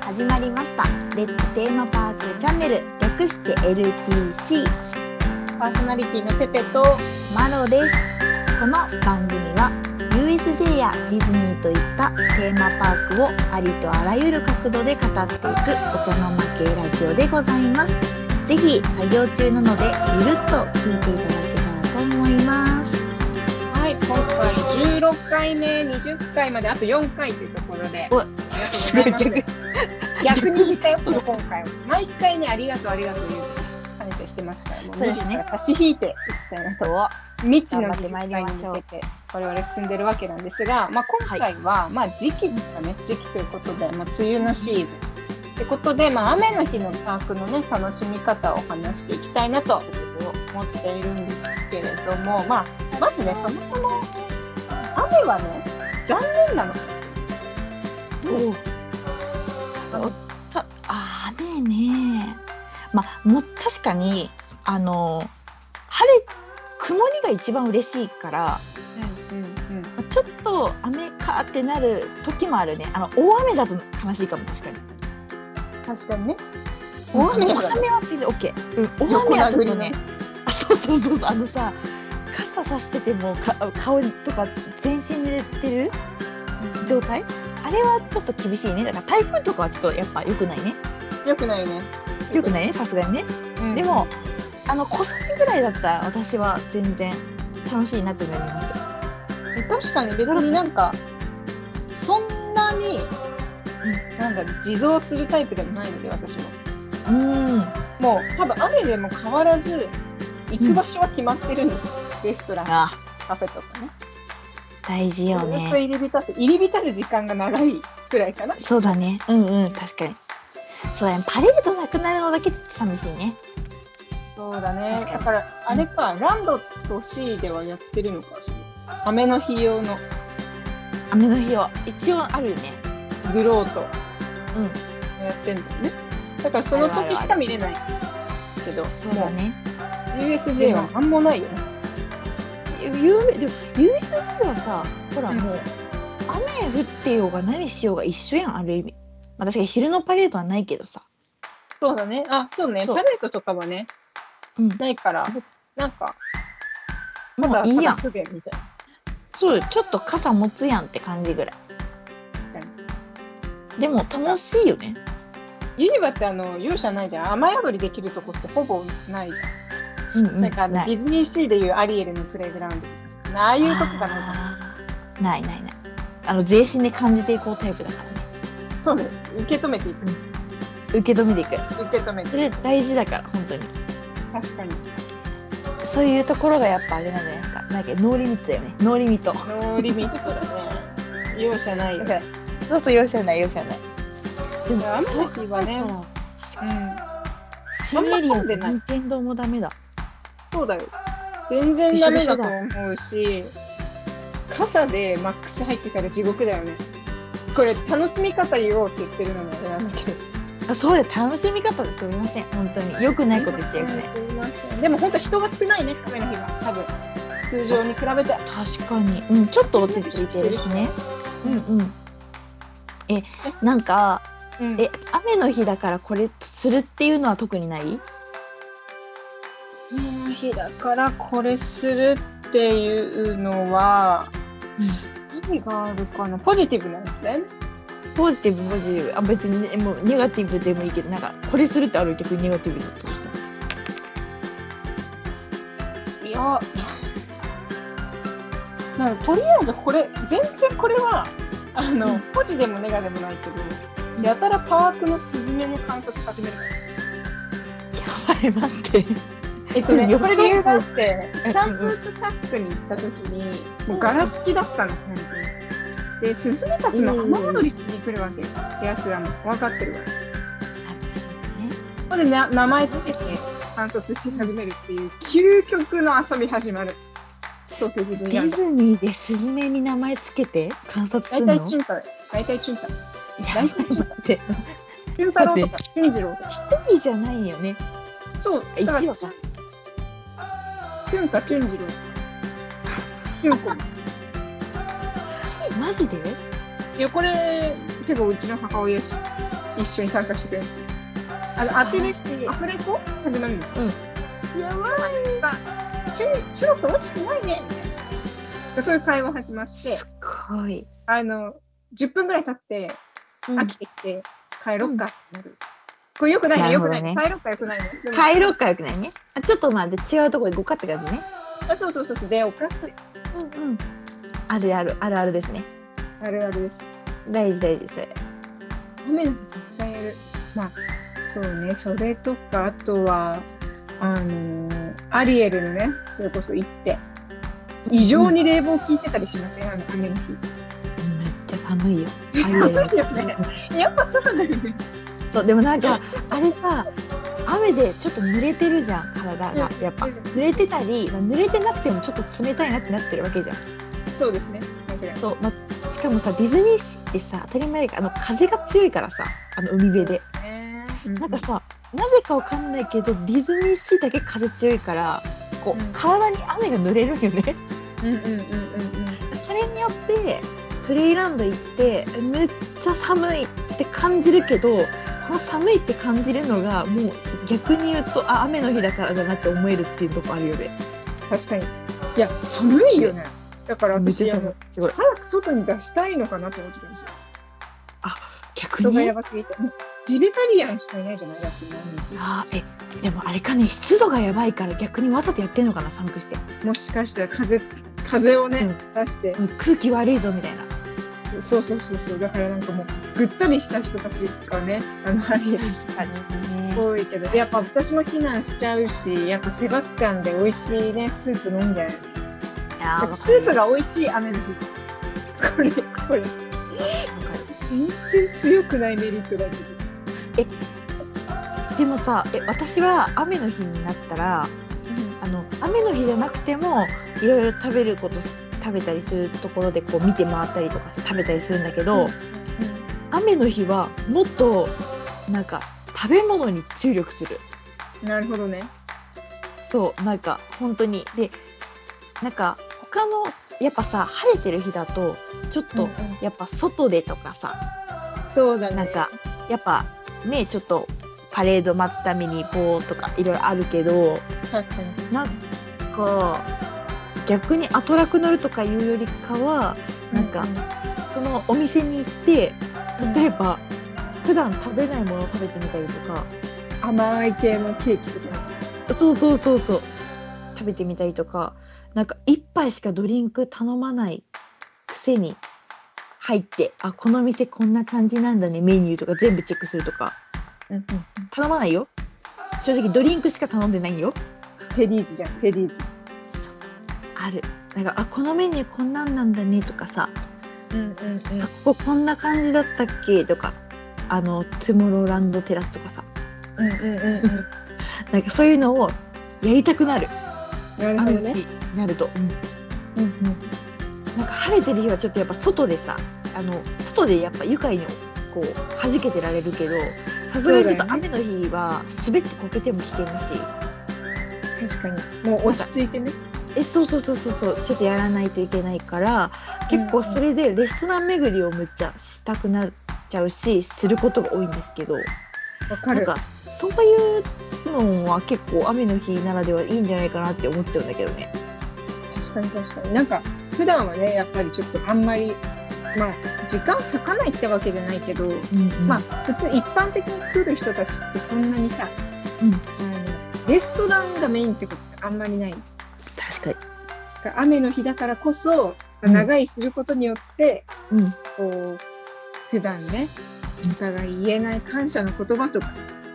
始まりましたレッドテーマパークチャンネル略して LTC パーソナリティのペペとマロですこの番組は USJ やディズニーといったテーマパークをありとあらゆる角度で語っていく大人向けラジオでございますぜひ作業中なのでゆるっと聞いていただけたらと思いますはい今回16回目20回まであと4回というところでおありがとうございますすごい逆に言ったよ今回は毎回ねありがとうありがとう言う感謝してますからもうそうですね20から差し引いていきたいなとと未知の頑張って20まい回りまにしょう向けて我々進んでるわけなんですが、まあ、今回は、まあ、時期ですかね時期ということで、まあ、梅雨のシーズンってことで、まあ、雨の日のパークのね楽しみ方を話していきたいなと思っているんですけれども、まあ、まずねそもそも雨はね残念なの。おおたあれねまあもう確かにあの晴れ曇りが一番嬉しいからうんうんうんまあちょっと雨かってなる時もあるねあの大雨だと悲しいかも確かに確かにね。大大雨雨だのか小ら雨は全然 OK、うん、大雨はちょっとね横殴りのあそうそうそうあのさ傘さしててもか顔とか全身に出てる状態あれはちょっと厳しいねだから台風とかはちょっとやっぱ良くないねよくないね。良くないねさすがにねうんでも、あの小雨ぐらいだったら私は全然楽しいなってなります。確かに別になんかそんなに、なんだろう自増するタイプでもないので私もうん。もう多分雨でも変わらず行く場所は決まってるんです、レストランカあ、フェとかね大事よずっとね。入り浸って入り浸る時間が長いくらいかなそうだね。うんうん、確かに。そうやね、パレードなくなるのだけちょっと寂しいね。そうだね確かにだからあれか、ランドとシーではやってるのかしら雨の日用の雨の日は一応あるよね。グロートうん、やってんだよねだからその時しか見れないけどそうだね。もう USJ は何もないよねゆうでも USJ はさ、ほらうんもう、雨降ってようが何しようが一緒やんある意味。まあ確かに昼のパレードはないけどさ。そうだね。あ、そうね。そうパレードとかはね、うん、ないから、なんか、もただういいやんた。だ不便みたいな。そうよちょっと傘持つやんって感じぐらい確か。でも楽しいよね。ユニバってあの容赦ないじゃん。雨宿りできるとこってほぼないじゃん。うんうんなんかあのなデいィズニーシーでいうアリエルのプレイグラウンドとかさああいうとこがないじゃん。あーないないない。あの全身で感じていこうタイプだからね。そうね。受け止めていく。受け止めていく。受け止めそて。れ大事だから本当に。確かに。そういうところがやっぱあれなんじゃないですか。なんかノーリミットだよね。ノーリミット。ノーリミットだね。容赦ないよ。だそうそう容赦ない容赦ない。でも雨の日はねそう考うん。えたらシュエリあんまオ混んンでない任天堂もダメだ。そうだよ。全然ダメだと思うし、傘でマックス入ってたら地獄だよね。これ、楽しみ方言おうって言ってるのもあれなんだけど。あそうです楽しみ方ですみません本当によくないこと言っちゃいますね。すいませんでも本当人が少ないね、雨の日は。多分。通常に比べて。確かに、うん、ちょっと落ち着いてるしね。うんうん。え、なんか、うんえ、雨の日だからこれするっていうのは特にない雨の日だからこれするっていうのは、何があるかなポジティブなんですね。ポジティブ、ポジティブ。あ、別に、ね、もうネガティブでもいいけど、なんか、これするってある逆にネガティブだったとしたらいや、なんかとりあえずこれ、全然これは、あの、うんポジでもネガでもないけうど、んやたらパークのスズメの観察始める。やばい、待って。えっとね、予こ想れ理由があって、キうんャンプチャックに行った時に、もうガラス気だったの、本当に。で、スズメたちも雨宿りしに来るわけよ。ってやつらも分かってるわ。ここでな名前つけて観察し始めるっていう、究極の遊び始まる。そう、ディズデニーランィドズニーでスズメに名前つけて観察す大るの体チュンタロウ。大体チュンタロウ。やばい大体チュンタロ 待って。ウ。チュンタロウとか、チュンジロウとか。一人じゃないよね。そう、一だから、チ話ュかン。チュンかチュンジロウ。チュンコ。マジでいや、これ、てか、うちの母親し。一緒に参加してくれるんですよあのアフレ素晴らしいアフレコ始まるんですよ、やばいチュチュロス落ちてないねみたいなそういう会話始まってすごい。あの10分ぐらい経ってうん飽きてきて帰ろっかってなる、これよくないねよくないねな帰ろっかよくないねでも帰ろうかよくないね。あちょっと待って違うとこ行こうかって感じね。あそうそうそうそう出ようかってうんうん。あるあるあるあるですね。あるあるです大事大事それ。雨の日絶対やる。まあ、そうね、それとか、あとは、あのーアリエルのね、それこそ行って、異常に冷房効いてたりしません、あの雨めっの日。ちゃ寒いよ。いよねやっぱそうだよね。 そうでもなんかあれさ雨でちょっと濡れてるじゃん体がやっぱうん濡れてたり、まあ濡れてなくてもちょっと冷たいなってなってるわけじゃんそうですね、間違いない。そう、まあ、しかもさディズニーシーってさ当たり前だけどあの風が強いからさあの海辺でなんかさなぜかわかんないけどディズニーシーだけ風強いからこう、うん体に雨が濡れるんよ ねうんうんうんうんうん。それによってプレイランド行ってめっちゃ寒いって感じるけどこの寒いって感じるのがもう逆に言うとあ雨の日だからだなって思えるっていうとこあるよね確かに。いや、寒いよね。だからめっち私、ゃあ寒いのすごい早く外に出したいのかなと思ってたんですよ。逆人がにやばすぎて。もうジビタリアンしかいないじゃないだってもうあーえでもあれかね湿度がやばいから逆にわざとやってんのかな寒くしてもしかしたら風風をね、うん出して、うん空気悪いぞみたいなそうそうそうそう、だからなんかもう、ぐったりした人たちがね、あの、ありえる多いけど、でやっぱ私も避難しちゃうし、やっぱセバスチャンで美味しいね、スープ飲んじゃう。あやっーぱスープが美味しい雨の日。これ、こわれ、かるわかる全然強くないメリットだけど。でもさえ私は雨の日になったらあの雨の日じゃなくてもいろいろ食べること食べたりするところでこう見て回ったりとかさ食べたりするんだけど、雨の日はもっとなんか食べ物に注力するなるほどね。そうなんか本当にでなんか他のやっぱさ晴れてる日だとちょっとやっぱ外でとかさそうだね。なんかやっぱねちょっとパレード待つためにこうとかいろいろあるけど確かに。なんか逆にアトラク乗るとかいうよりかはなんかそのお店に行って例えば普段食べないものを食べてみたりとか甘い系のケーキとか。そうそうそうそう食べてみたりとかなんか一杯しかドリンク頼まないくせに入ってあこの店こんな感じなんだねメニューとか全部チェックするとか頼まないよ正直ドリンクしか頼んでないよペリーズじゃん、ペリーズ。あるなんかあこのメニューこんなんなんだねとかさうんうんうんあこここんな感じだったっけとかあのトゥモローランドテラスとかさうんうんうんうん。なんかそういうのをやりたくなるなるほ雨どのね。日になると、うんうん。なんか晴れてる日はちょっとやっぱ外でさあの外でやっぱ愉快にこう弾けてられるけどさすがにちょっと雨の日は滑ってこけても危険だし確かに。もう落ち着いてね。えそうそうそうそうそうちょっとやらないといけないから結構それでレストラン巡りをむっちゃしたくなっちゃうしすることが多いんですけどわかなんる。かそういうのは結構雨の日ならではいいんじゃないかなって思っちゃうんだけどね。確かに確かに。なんか、普段はね、やっぱりちょっとあんまり、まあ、時間割かないってわけじゃないけど、まあ、普通一般的に来る人たちってそんなにさ、うんあのレストランがメインってことってあんまりない。だ確かから雨の日だからこそ、うん長居することによって、に、うん、こう、普段ね、お互い言えない感謝の言葉とか。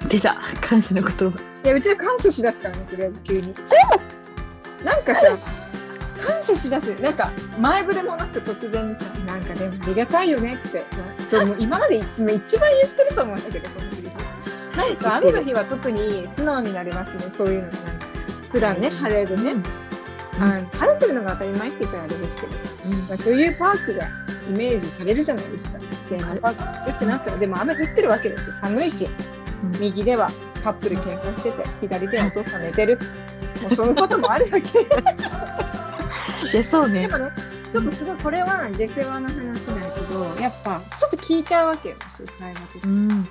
出た感謝の言葉いや、うちは感謝しだったの、とりあえず急に。なんかさ、感謝しだす。なんか、前触れもなく突然にさ、なんかでもありがたいよねって。でも今まで今一番言ってると思うんだけど、この時なんか、雨の日は特に素直になりますね、そういうのがなんか。普段ね、晴れるね。うんあの晴れてるのが当たり前って言ったらあれですけど、まあ、そういうパークがイメージされるじゃないですか。テーマパークってなったら、でも雨降ってるわけですよ、寒いし。右ではカップル喧嘩してて左ではお父さん寝てるもうそのこともあるだ けいやそうでねもねちょっとすごいこれは下世話な話なんだけどやっぱちょっと聞いちゃうわけよそういう会話とかうん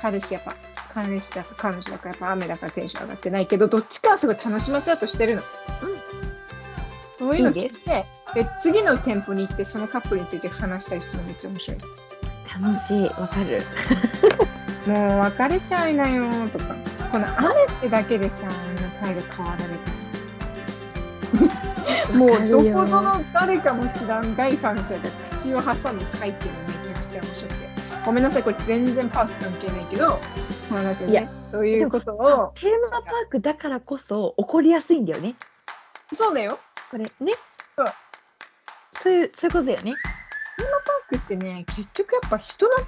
彼氏やっぱ彼氏だか彼女だかやっぱ雨だからテンション上がってないけどどっちかはすごい楽しませようとしてるの。そういうの聞いてで次の店舗に行ってそのカップルについて話したりするのめっちゃ面白いです。楽しいわかるもう別れちゃいなよとかこの雨ってだけでさあんな態度変わられてますもわかうるよどこぞの誰かも知らん第三者が口を挟む回っていうのめちゃくちゃ面白くてごめんなさいこれ全然パーク関係ないけどまあだけどいねやそういうことテーマをパークだからこそ起こりやすいんだよねそうだよこれねそうそういうそういうことだよねパークってね結局やっぱ人のね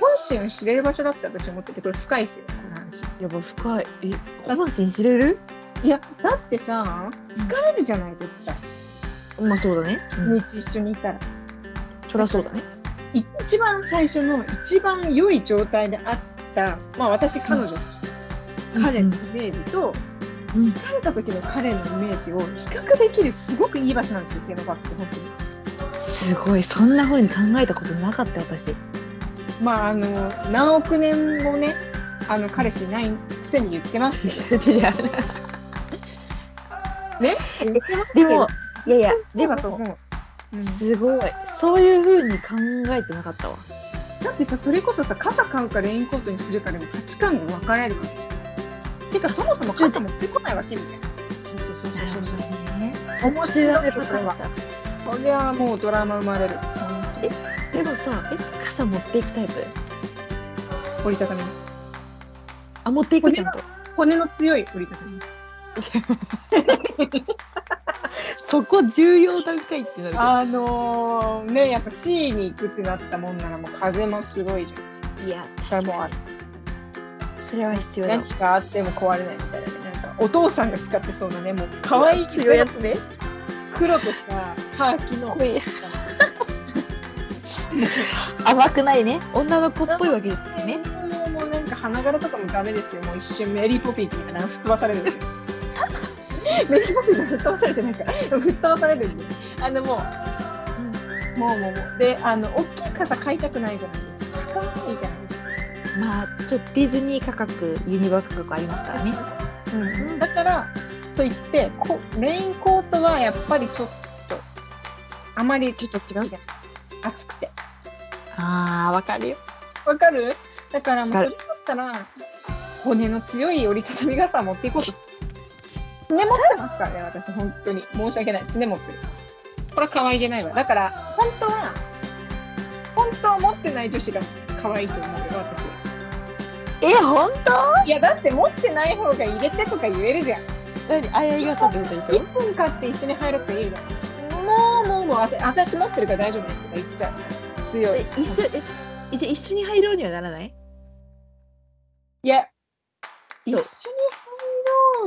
本心を知れる場所だって私思っててこれ深いですよこの話やば深いえ本心知れるいやだってさ疲れるじゃない絶対まあそうだね、一日一緒にいたら。そりゃそうだね一番最初の一番良い状態であった、まあ、私彼女、彼のイメージと、うん疲れた時の彼のイメージを比較できるすごくいい場所なんですよテーマパークって本当に。すごいそんな風に考えたことなかった 私まああの何億年もねあの彼氏いないくせに言ってますけどね言ってますでもいやいやそうでだと思もう。うんすごいそういう風に考えてなかったわだってさそれこそさ傘買うかレインコートにするかでも価値観が分かれるかもしれない。てかそもそも傘持ってこないわけみたいな。そうそうそうそうそう。ね面白いところは。こりゃもうドラマ生まれる。え、でもさえ傘持っていくタイプ折りたたみ。あ持っていくちゃんと骨の強い折りたたみ。そこ重要段階ってなるあのー、ね、やっぱ C に行くってなったもんならもう風もすごいじいやゃん。それもある。それは必要だ何かあっても壊れないみたいなね。なんかお父さんが使ってそうなね、もう可愛い強いやつね黒とか、カーキの。濃い 甘くないね女の子っぽいわけですよねもうなんか花柄とかもダメですよ。もう一瞬メリーポピンズみたいな吹っ飛ばされるん ですよ。メリーポピンズは吹っ飛ばされてないから、でも吹っ飛ばされるんで。あのもう、もうもうもう。で、あの、大きい傘買いたくないじゃないですか。高いじゃないですか。まあちょっとディズニー価格ユニバ価格ありますからねうん、だから、といってこ、レインコートはやっぱりちょっと、あまりちょっと違う暑くて。あーわかるよわかるだからもうわそかれるだったら骨の強い折りたたみ傘持っていこうと。爪持ってますからね、私、本当に。申し訳ない。爪持ってる。これは可愛げないわ。だから、本当は、本当は持ってない女子が可愛いと思うよ、私は。え本当いや、だって持ってない方が入れてとか言えるじゃん。何あやい傘ってことでしょ1分買って一緒に入ろうっていいじゃん。もう、もう、もう、あた私持ってるから大丈夫ですとか言っちゃう。強い。え一緒ええじゃあ一緒に入ろうにはならないいや、一そう緒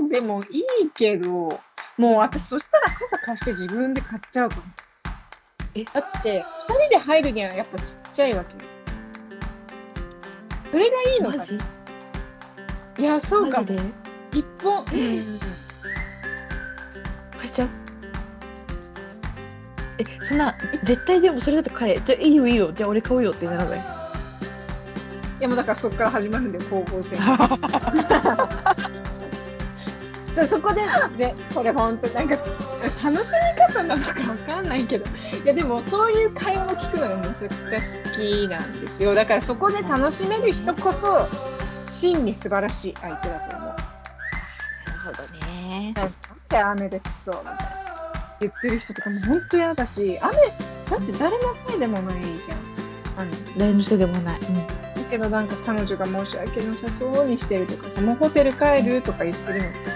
に入ろうでもいいけど、もう私、そしたら傘貸して自分で買っちゃうかも。えだって、二人で入るにはやっぱちっちゃいわけよ。それがいいのかマなジいや、そうかマもジ。で一本、貸しちゃうえそんな絶対でもそれだと彼じゃあいいよいいよじゃあ俺買おうよってならないいやもうだからそこから始まるんで高校生そそこででこれ本当なんか楽しみ方なのかわかんないけどいやでもそういう会話を聞くのがめちゃくちゃ好きなんですよだからそこで楽しめる人こそ真に素晴らしい相手だと思うなるほどねなんで雨でクソみたいな言ってる人とかも本当嫌だし雨だって誰のせいでもないじゃんあの誰の人でもない、だけどなんか彼女が申し訳なさそうにしてるとかさ、もうホテル帰るとか言ってるのってさ、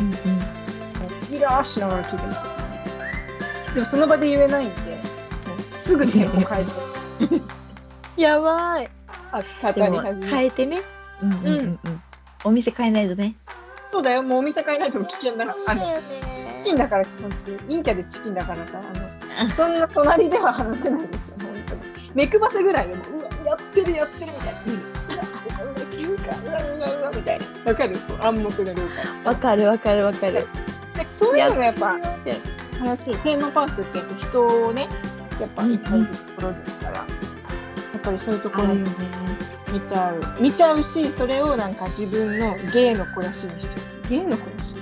うんうんもうイラーしながら聞いてますよ。でもその場で言えないんで、もうすぐ店舗変えて、やばいあ、語でりも始め変る。えてねうんうんうんうん、お店変えないとねそうだよ、もうお店変えないとも危険だから。あのチキンだから、本当に陰キャでチキンだからさ、あのそんな隣では話せないですよ、本当に。目くばせぐらいでもう、うわ、やってるやってるみたいな。うわ、うわ、休暇、うわ、うわ、うわ、みたいな。わかるこう暗黙の了解。わかるわかるわかるなんかそういうのがやっぱ楽しいテーマパークってやっぱ人をねやっぱいっぱいいるところですから、やっぱりそういうところあるによね見ちゃう見ちゃうしそれをなんか自分の芸の肥やしにしてる芸の肥やし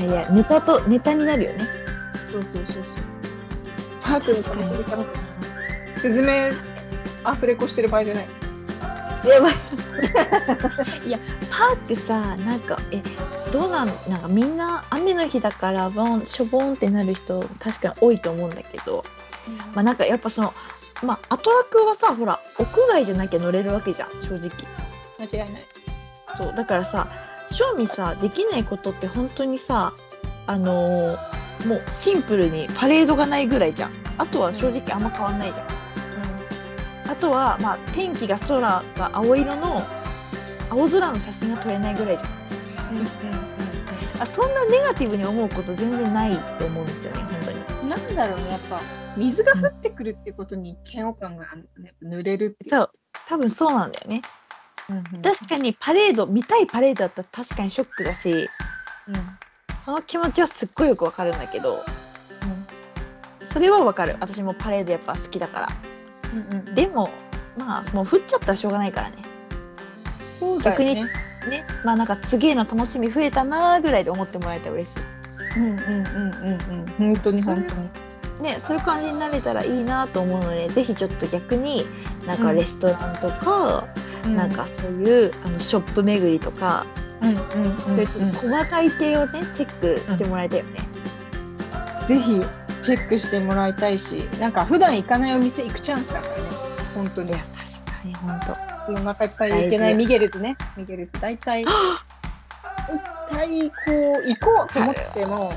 いやいやネタとネタになるよねそうそうそうそうパークに楽しみからスズメアフレコしてる場合じゃないやばい いやパークさなんかえどうなのなんかみんな雨の日だからボンしょぼんってなる人確かに多いと思うんだけど、まあ、なんかやっぱその、まあ、アトラクはさほら屋外じゃなきゃ乗れるわけじゃん正直間違いないそうだからさ正味さできないことって本当にさあのーもうシンプルにパレードがないぐらいじゃんあとは正直あんま変わんないじゃんあとは、まあ、天気が空が青色の青空の写真が撮れないぐらいじうんうんゃんあそんなネガティブに思うこと全然ないと思うんですよね本当にうんなんだろうねやっぱ水が降ってくるってことに嫌悪感があるね濡れるっていうそう多分そうなんだよねうん確かにパレード見たいパレードだったら確かにショックだしうんその気持ちはすっごいよくわかるんだけどそれはわかる私もパレードやっぱ好きだからうんうんでもまあもう降っちゃったらしょうがないからねそうだよねねまあなんか次への楽しみ増えたなーぐらいで思ってもらえたら嬉しうんうんうんうんうん本当に本当にいねそういう感じになれたらいいなと思うのでぜひちょっと逆になんかレストランとか、なんかそういうあのショップ巡りとか、うんうんうんそううんいうちょっと細かい系をねチェックしてもらいたいよね、ぜひチェックしてもらいたいしなんか普段行かないお店行くチャンスだからね本当にいや確かに本当お腹いっぱいで行けな大い事ミゲルズねミゲルズ大体一回こう行こうと思っても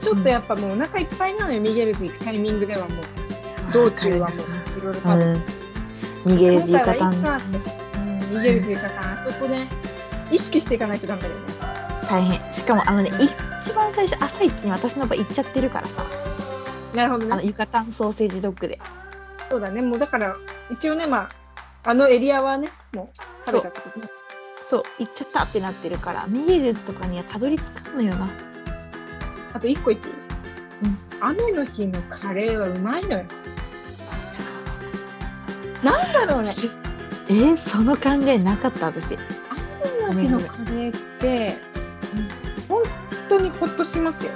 ちょっとやっぱもうお腹いっぱいなのよミゲルズ行くタイミングではもう道中はもういろいろ多分、うん、逃げる字浴今衣回はいつだうん、ミゲルズ行くからあそこね意識していかないとダメだよね大変しかもあのね一番最初朝一に私の場合行っちゃってるからさなるほあどのね浴衣ソーセージドッグでそうだねもうだから一応ねまああのエリアはねもう食べたってことねそう行っちゃったってなってるからミゲルズとかにはたどり着かんのよなあと1個言っていい、うん雨の日のカレーはうまいのよ。なんだろうね。えー、その考えなかった私雨の日のカレーって、本当にほっとしますよ。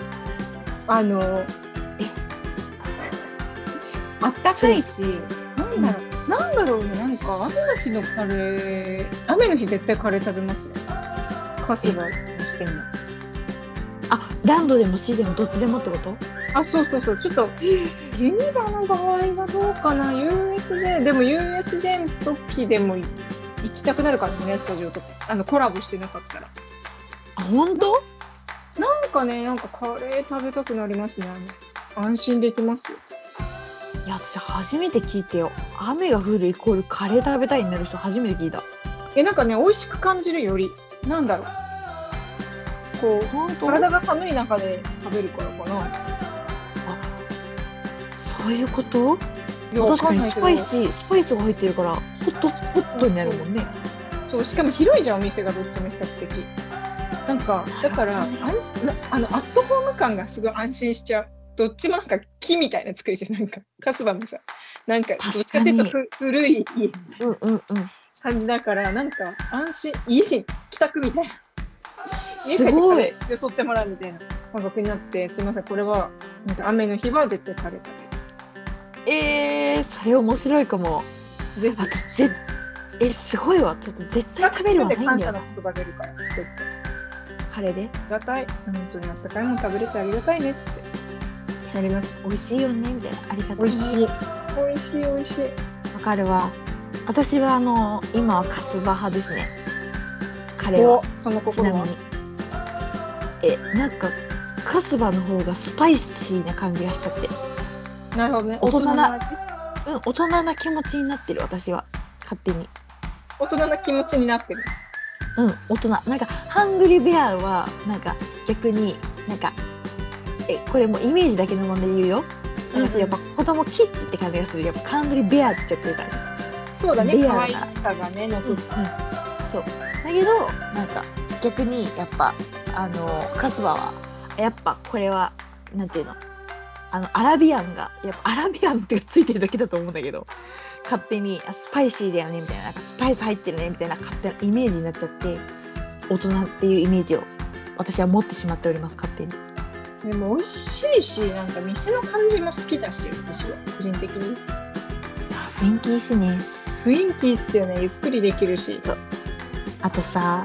あの、あったかいし、なんだろう、なんだろうね、なんか雨の日のカレー、雨の日絶対カレー食べますね。カスがしても。あランドでもシーでもどっちでもってことあ、そうそうそう、ちょっと、ユニバの場合はどうかな、USJ、でも USJ の時でもい行きたくなるからね、スタジオとか、あのコラボしてなかったら。あ本当なんかね、なんかカレー食べたくなりますね、あの安心できますよ。いや私初めて聞いてよ雨が降るイコールカレー食べたいになる人初めて聞いたえ、なんかね、美味しく感じるより、なんだろう、こう、本当体が寒い中で食べるからかな。そういうこといやわ確かんにないけスどパイシースパイスが入ってるからホットホットになるもんねそうしかも広いじゃんお店がどっちも比較的なんかだからなるほ安心なあのアットホーム感がすごい安心しちゃうどっちもなんか木みたいな作りじゃんなんかカスバもさなんかどっちかっていうと確かふ古いうんうんうん感じだからなんか安心家に帰宅みたいな家帰すごいってからよそってもらうみたいな感覚になってすいませんこれはなんか雨の日は絶対カレー食えー、それ面白いかもべるぜひ私ぜえすごいわちょっと絶対食べるはないん感だ謝よのな言葉出るから絶対カレーでありがたい本当にあったかいもん食べれてありがたいねっつってなります美味しいよねみたいなありがた美い味しいね美味しい美味しいわかるわ私はあの今はカスバ派ですねカレーはそのちな心みはにえなんかカスバの方がスパイシーな感じがしちゃってなるほどね大人な大人なうん大人な気持ちになってる私は勝手に大人な気持ちになってるうん大人なんかハングリーベアはなんか逆になんかえこれもうイメージだけの問題で言うよなんかちょっとやっぱ子供キッズって感じがするやっぱハングリーベアって言っちゃってるからねそうだねリアル可な愛さがね残うんうっんてそうだけどなんか逆にやっぱあのカスバはやっぱこれはなんていうのあのアラビアンがやっぱアラビアンってついてるだけだと思うんだけど勝手にあスパイシーだよねみたいななんかスパイス入ってるねみたいな勝手なイメージになっちゃって大人っていうイメージを私は持ってしまっております勝手にでも美味しいし、なんか店の感じも好きだし、私は個人的に。あ雰囲気いいっすね雰囲気いいっすよね、ゆっくりできるし。そうあとさ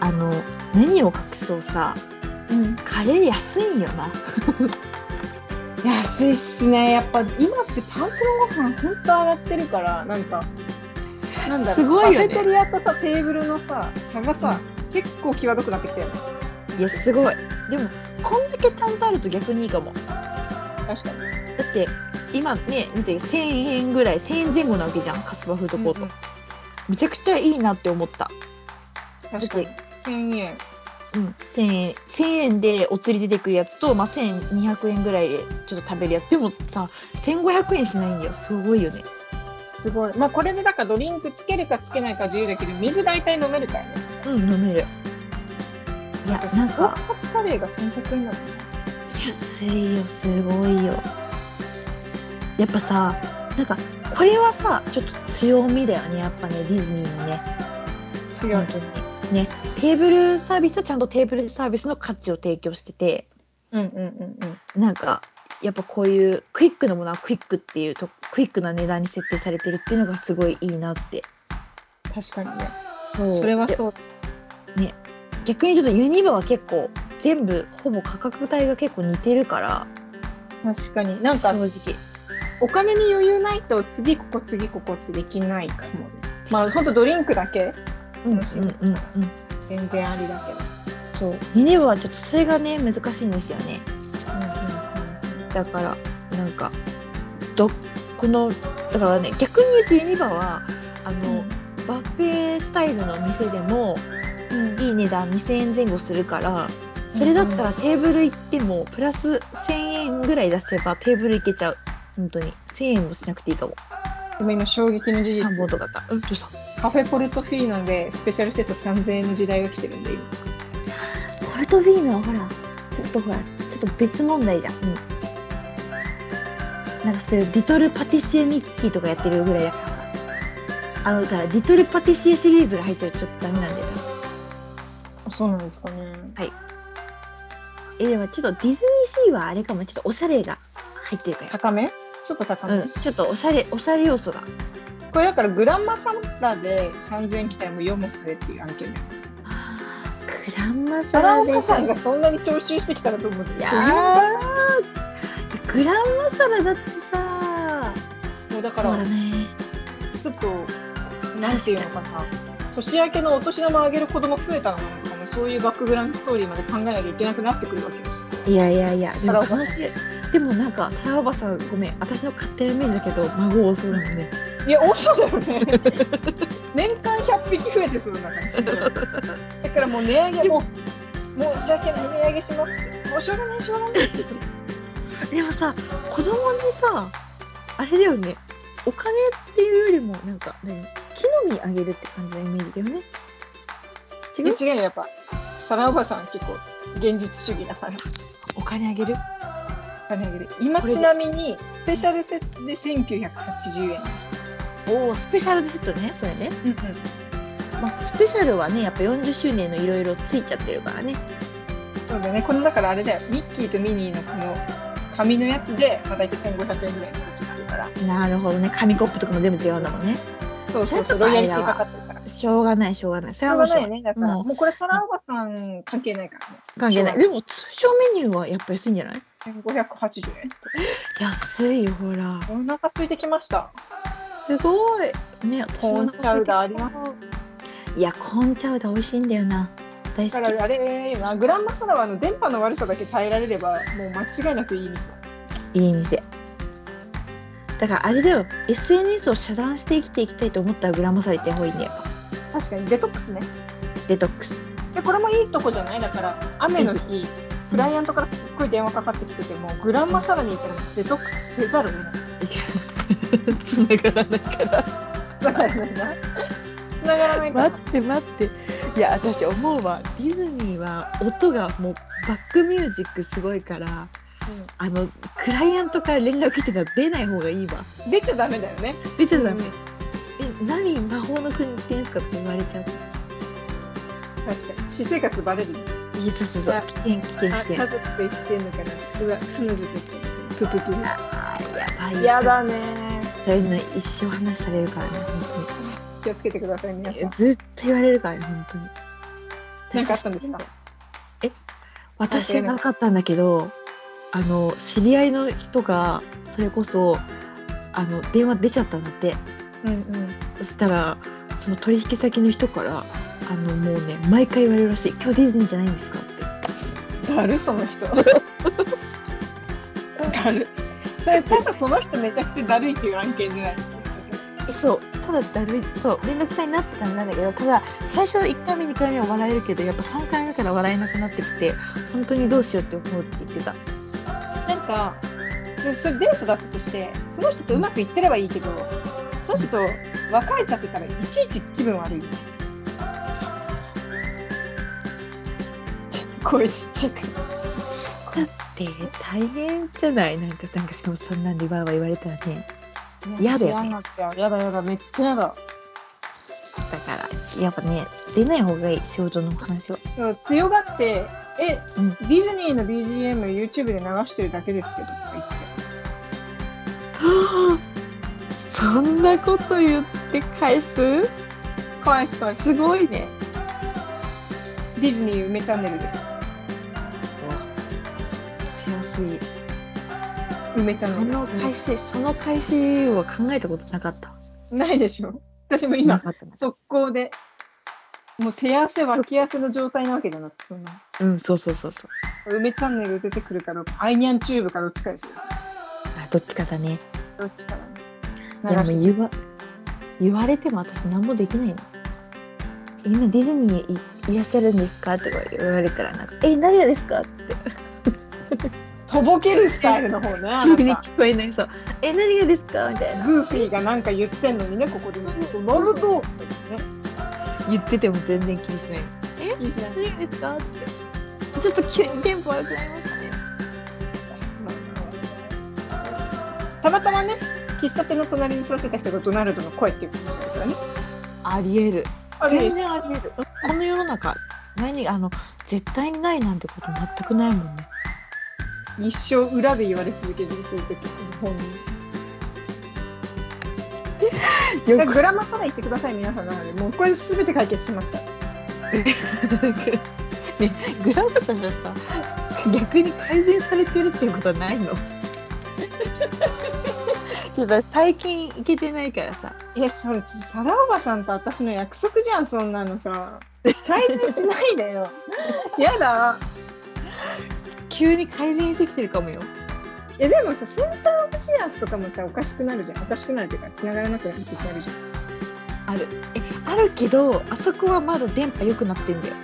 あの何を隠そうさうん、カレー安いんよな安いっすね、やっぱ今ってパンプのご飯ほんと上がってるから、なんか、なんだろう、すごいよねカフェテリアとさ、テーブルのさ、差がさ、結構際どくなってきたよね。いやすごいでもこんだけちゃんとあると逆にいいかも確かに。だって今ね見て1000円ぐらい1000円前後なわけじゃんカスバフードコート、うんうんめちゃくちゃいいなって思った確かに。1000円。うん、1000円1000円でお釣り出てくるやつと、まあ、1200円ぐらいでちょっと食べるやつでもさ1500円しないんだよすごいよねすごい。まあこれでだからドリンクつけるかつけないか自由だけど、水大体飲めるからね。うん飲めるいやなんおかかつカレーが1100円なの。安いよすごいよやっぱさなんかこれはさちょっと強みだよねやっぱねディズニーのね強本。い当にねテーブルサービスはちゃんとテーブルサービスの価値を提供してて、うんうんうんうん。なんかやっぱこういうクイックのものはクイックっていうとクイックな値段に設定されてるっていうのがすごいいいなって確かにね。そうそれはそう。で逆にちょっとユニバは結構全部ほぼ価格帯が結構似てるから確かに。なん正か、直お金に余裕ないと、次ここ、次ここってできないかもね。まあ、ほんとドリンクだけ、うんうん楽しみうんうん全然ありだけど。そうユニバはちょっとそれがね難しいんですよねうんうんだからなんかどこのだからね逆に言うとユニバはあの、バッフェスタイルの店でもうんいい値段2000円前後するからそれだったらテーブル行ってもプラス1000円ぐらい出せばテーブル行けちゃう本当に1000円もしなくていいかもでも今、衝撃の事田んぼ実、とかだうんどうしたカフェポルトフィーノでスペシャルセット3000円の時代が来てるんで、今。ポルトフィーノはほらちょっとほらちょっと別問題じゃん、うん、なんかそういうリトルパティシエミッキーとかやってるぐらいだからあのだからリトルパティシエシリーズが入っちゃうとちょっとダメなんだよなあそうなんですかね。えでもちょっとディズニーシーはあれかもちょっとおしゃれが入ってるから高めちょっと高め、うん、ちょっとおしゃれおしゃれ要素がこれだからグランマサンタで3000円来たらもう世も末っていう案件グランマササラランでカささんがそんなに徴収してきたらと思ういやーグランマサラだってさもうだそかうらだねちょっとなんていうのかな年明けのお年玉あげる子供増えたのかなとかもそういうバックグラウンドストーリーまで考えなきゃいけなくなってくるわけですよいやいやいやでもサラおば話でもなんかサラおばさんごめん私の勝手なイメージだけど孫多そうだもんねいや多そうだよね年間100匹増えてそうな感じだからもう値上げもう申し訳ない値上げしますってもうしょうがないしょうがないでもさ子供にさあれだよねお金っていうよりもなんか何木の実あげるって感じのイメージだよね違いうや違うよやっぱサラおばさん結構現実主義だからお金あげる今ちなみにスペシャルセットで1980円です、おおスペシャルセットねそれねうんうん、まあ、スペシャルはねやっぱ40周年のいろいろついちゃってるからねそうだねこのだからあれだよミッキーとミニーのこの紙のやつで、まあ、大体1500円ぐらいの価値があるからなるほどね紙コップとかも全部違うんだもんねそうそうそうちょっロとイあヤれリだテわィかかってるからししょうがないしょうがないそれょはうもうがしょうがないないねだから、うんもうこれサラおばさん関係ないからね関係ないしょうがでも通常メニューはやっぱ安いんじゃない1580円安いよほらお腹空いてきましたすごいね私コーンチャウダーありますすいやコーンチャウダー美味しいんだよな大好だきからあれよなグランマサラはあの電波の悪さだけ耐えられればもう間違いなくいい店だいい店だからあれだよ SNS を遮断して生きていきたいと思ったらグラマサリ行った方がいいんだよ確かにデトックスねデトックス でこれもいいとこじゃないだから雨の日クライアントからすっごい電話かかってきててもグランマサラに行ったらデトックスせざるを得ないつながらないからだからなんだつながらないから、待って待っていや私思うわディズニーは音がもうバックミュージックすごいからあのクライアントから連絡来てたら出ない方がいいわうん出ちゃダメだよね。出ちゃダメ、うんえ何魔法の国っていうんですかって言われちゃう確かに。私生活バレる。いやそうそうそうあ危険危険危あ険家族と言ってんのかな。うわ、彼女と言ってんのかなプププあーやばいプ。よやだね。そういうの一生話されるからね本気をつけてください、皆当さにん。ずっと言われるからね本当になんかあったんですか私はなかったんだけどあの知り合いの人がそれこそあの電話出ちゃったんだってうんうん。そしたらその取引先の人からあのもうね毎回言われるらしい「今日ディズニーじゃないんですか?」ってだるその 人だるそれただその人めちゃくちゃだるいっていう案件じゃないえそうただだるいそう連絡くさいなって感じなんだけどただ最初1回目2回目は笑えるけどやっぱ3回目から笑えなくなってきて本当にどうしようって思うって言ってたなんかでそれデートだったとしてその人とうまくいってればいいけどその人と別れちゃってたらいちいち気分悪い 声ちっちゃいからで大変じゃないなんかなんかしかもそんなんでわーわー言われたらね嫌だよね嫌なっちゃうやだやだめっちゃやだだからやっぱね出ない方がいい仕事の話はでも強がってえ、うんディズニーの BGMYouTube で流してるだけですけどとか言って そんなこと言って返す返す返すすごいねディズニー梅チャンネルです。強すぎ梅チャそンネの開始その開始は考えたことなかったル。ないでしょ私もな今、かったな速攻で、もう手汗、脇汗の状態なわけじゃなくて、そんな。うんそうそうそうそう梅チャンネル出てくるかどうか、アイニャンチューブかどっちかですよ。あどっちかだねどっちかいなやの。もう流し言わ言われても私何もできないの今ディズニーいいらっしゃるんですかとか言われたらなんか「え何がですか?」ってとぼけるスタイルの 方ね。あ急なにた聞こえないそう「え何がですか?」みたいなグーフィーがなんか言ってんのにね、ここでね。なると、ね、言ってても全然気にしないいいじゃない何がですか?」ってちょっと急にテンポ悪くなりましたねたまたまね、喫茶店の隣に座ってた人がドナルドの声っていう感じだからね。ありえるあれ全然ありえるこの世の中何あの絶対にないなんてこと全くないもんね一生裏で言われ続けるそう いう時本人よだからグラマサラ言ってください皆さんなのでもうこれ全て解決しました ねグラムさんがさ逆に改善されてるっていうことはない のちょっと最近行けてないからさえそれちタラおばさんと私の約束じゃんそんなのさ改善しないでよ やだ急に改善してきてるかもよえでもさセンターオブシェアスとかもさおかしくなるじゃんおかしくなるっていうか繋がらなくなるってなるじゃあんるえあるけどあそこはまだ電波良くなってんだよ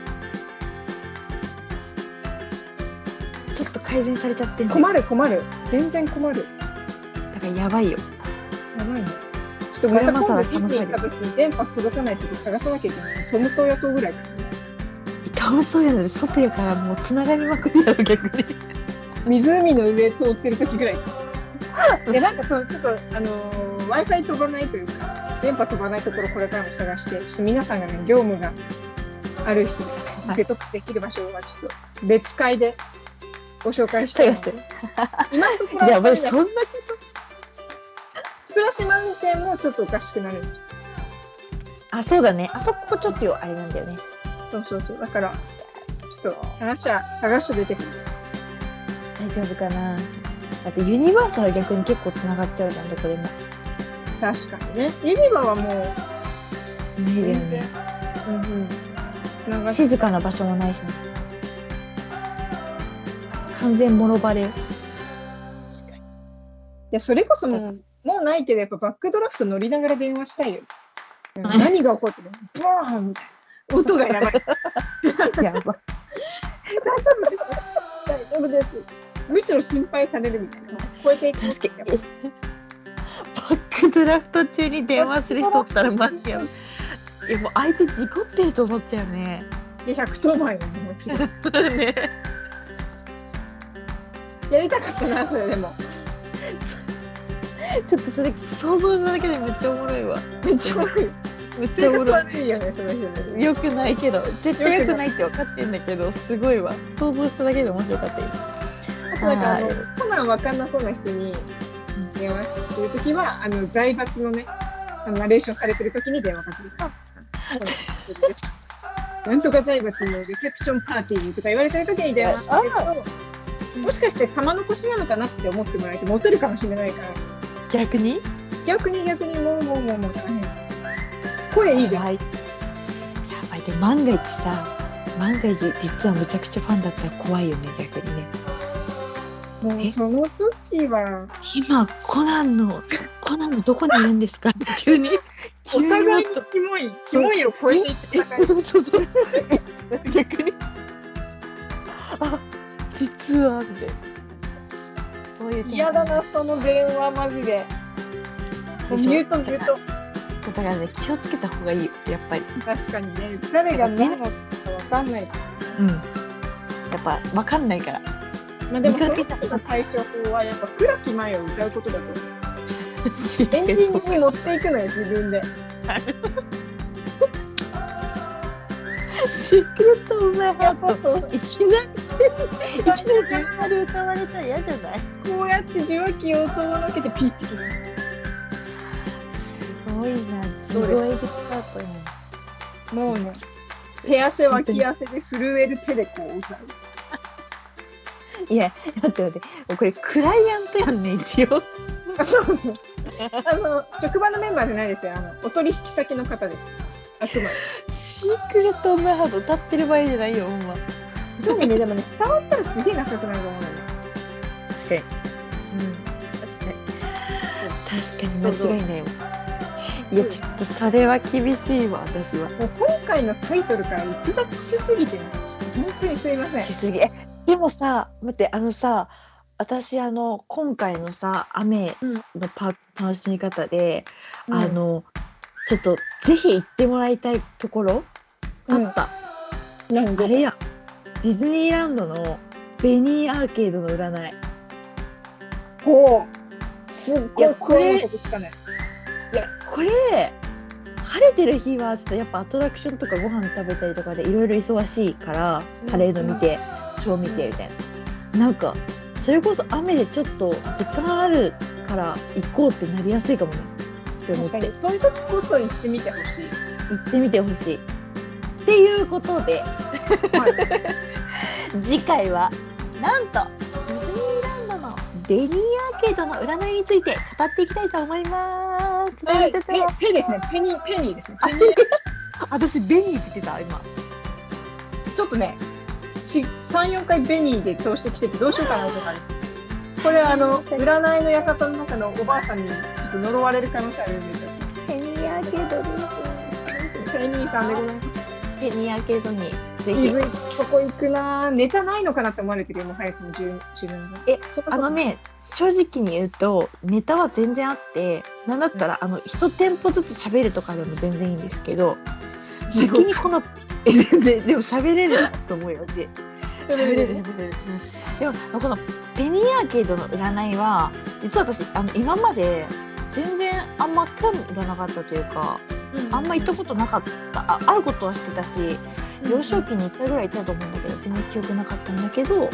ちょっと改善されちゃってんだよ困る困る全然困るだからやばいよやばいねちょっとグラまマサラた今度ディズニー行った時に電波届かない時探さなきゃいけないトム・ソーヤ島ぐらいかな倒そうやので外やからもうつながりまくりだろ逆に湖の上通ってる時 ぐらい。でなんかそのちょっとあの w i f i 飛ばないというか電波飛ばないところこれからも探してちょっと皆さんがね業務がある人ではいデトックスできる場所はちょっと別会でご紹介したい探しなて 今のところいやばいそそのんな倉島運転もちょっとおかしくなるんですよあそうだねあそこちょっとよあれなんだよねそうそうそうだからちょっと探しゃ探して出てくる大丈夫かなだってユニバーサルは逆に結構つながっちゃうじゃんどこでも確かにねユニバはもう無理だよ全然ねうんうんつながっ静かな場所もないしね完全もろバレ確かに。いや、それこそもう、もうないけど、やっぱバックドラフト乗りながら電話した いよ。うん何が起こってるのボーンみたいな。音がやばい。 やば大丈夫です。大丈夫です。むしろ心配されるみたいな。超えていく。確かにバックドラフト中に電話する人おったらマジ やばいいやもう相手事故ってると思っちゃうねで、110番よ、もちろん。ねやりたかったな、それでも。 ちょっとそれ想像しただけでめっちゃおもろいわ。めっちゃ悪い。めっちゃ性おも格ろい。悪いよね、その人ね。よくないけど、絶対よくないって分かってんだけど、すごいわ。想像しただけで面白かったよ。あとなんかあのはい、コナンわかんなそうな人に電話するときは、あの、財閥のね、あのナレーションされてるときに電話かけるか。なんとか財閥のレセプションパーティーにとか言われてるときに電話かけると、もしかして玉の腰なのかなって思ってもらえて、モテるかもしれないから、逆に逆に逆にもうもうもうもう大変。声いいじゃん。やばい。やばい。で、万が一さ、万が一実はめちゃくちゃファンだったら怖いよね、逆にね。もうその時は、今、コナンの、コナンのどこにいるんです か急に。急おに互いもにっとキモい、キモいを超えていく戦い。そうそうそう。逆に。あ、実はみたいな。そういう嫌だな、その電話、マジで。もうミュート、ミュート。だからね、気をつけた方がいいよ、やっぱり。確かにね、誰が何のかわかんない。うん。やっぱ、わかんないから。まあでも、その人の対処法は、やっぱ、倉木麻衣を歌うことだと思う。エンディングに持っていくのよ、自分で。シークレットお前いや、そうそう。いきなり、いきなり電電話で歌われたら嫌じゃないこうやって受話器を遠のけてピッピキする。すごいな、すごいいスタートに。もうね、手汗、脇汗で震える手でこう歌う。いや、待って待って、もうこれクライアントやんね、一応。あそうそう。あの、職場のメンバーじゃないですよ。あの、お取引先の方です。あくまで。シークレットお前ハート歌ってる場合じゃないよ、ほんま。興味ね、でもね、伝わったらすげえ仲良くなると思うのよ。確かに。うん、確かに。確かに間違いないわ。いや、ちょっとそれは厳しいわ、私は。もう今回のタイトルから逸脱しすぎてるんですよ本当にすいませんし。すぎ。えでもさ、待って、あのさ、私、あの、今回のさ、雨のパ、楽しみ方で、あの、ちょっと、ぜひ行ってもらいたいところ、うんあった。何あれやん。ディズニーランドのベニーアーケードの占い。こう。すっごいいやここれれことしたね。いや、これ、晴れてる日は、ちょっとやっぱアトラクションとかご飯食べたりとかでいろいろ忙しいからうん、パレード見て、ショー見てみたいな。なんか、それこそ雨でちょっと時間あるから行こうってなりやすいかもね。って思っ確かて、に行そういう時こそ行ってみてほしい。ってみてほしい。っていうことで、はい、次回はなんとディズニーランドのベニーアーケードの占いについて語っていきたいと思います。はい、ペペですね。ペニーペニーですね。あペニ私ベニーって言ってた今。ーちょっとね、し三四回ベニーで調子できててどうしようかなとかです。これはあの占いの館の中のおばあさんにちょっと呪われる可能性あるんでちょっベニーアーケードと。ペニーさんでございます。す。ベニーアーケードにぜ自ひ。分ここ行くなぁネタないのかなって思われてるよもう早くも自分自分がえそんなあこのとね正直に言うとネタは全然あってなんだったらあの一店舗ずつ喋るとかでも全然いいんですけど地先獄にこのえ全然でも喋れると思うよ私。喋喋れれる喋るれる、でもこのペニーアーケードの占いは実は私あの今まで全然あんま興味がなかったというかあんま行ったことなかったああることは知ってたし幼少期に1回ぐらい行ったと思うんだけど全然記憶なかったんだけど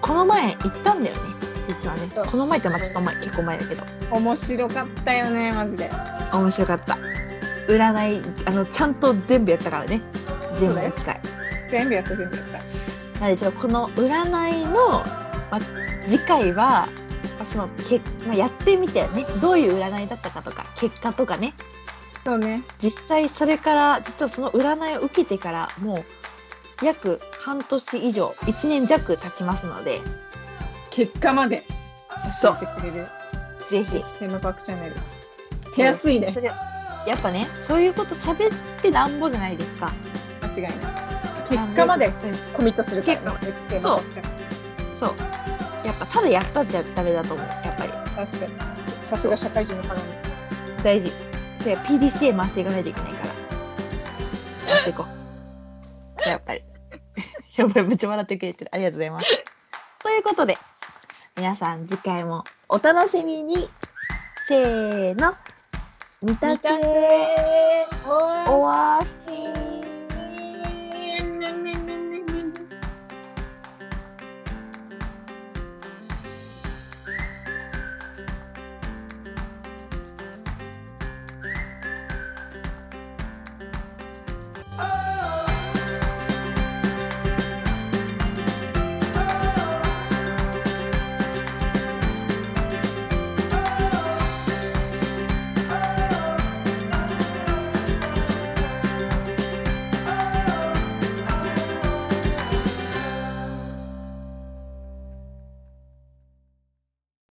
この前行ったんだよね実はねそうこの前ってまあちょっと前結構前だけど面白かったよねマジで面白かった占いあのちゃんと全部やったからね全部の機会全部やった全部やったなのでちょっとこの占いの、まあ、次回は、まあそのけ、まあ、やってみてねどういう占いだったかとか結果とかねそうね実際それから実はその占いを受けてからもう約半年以上1年弱経ちますので結果までそう教えてくれるぜひステムパークチャンネル手厚いねそれやっぱねそういうこと喋ってなんぼじゃないですか間違いない結果までなんコミットするからね結果ステムそうやっぱただやったじゃダメだと思うやっぱりパークチャンネル確かにさすが社会人の鏡大事それは PDCA 回していかないといけないから回していこ うやっぱりやっぱりめっちゃ笑ってくれてるありがとうございますということで皆さん次回もお楽しみにせーの二択見たくおおわししい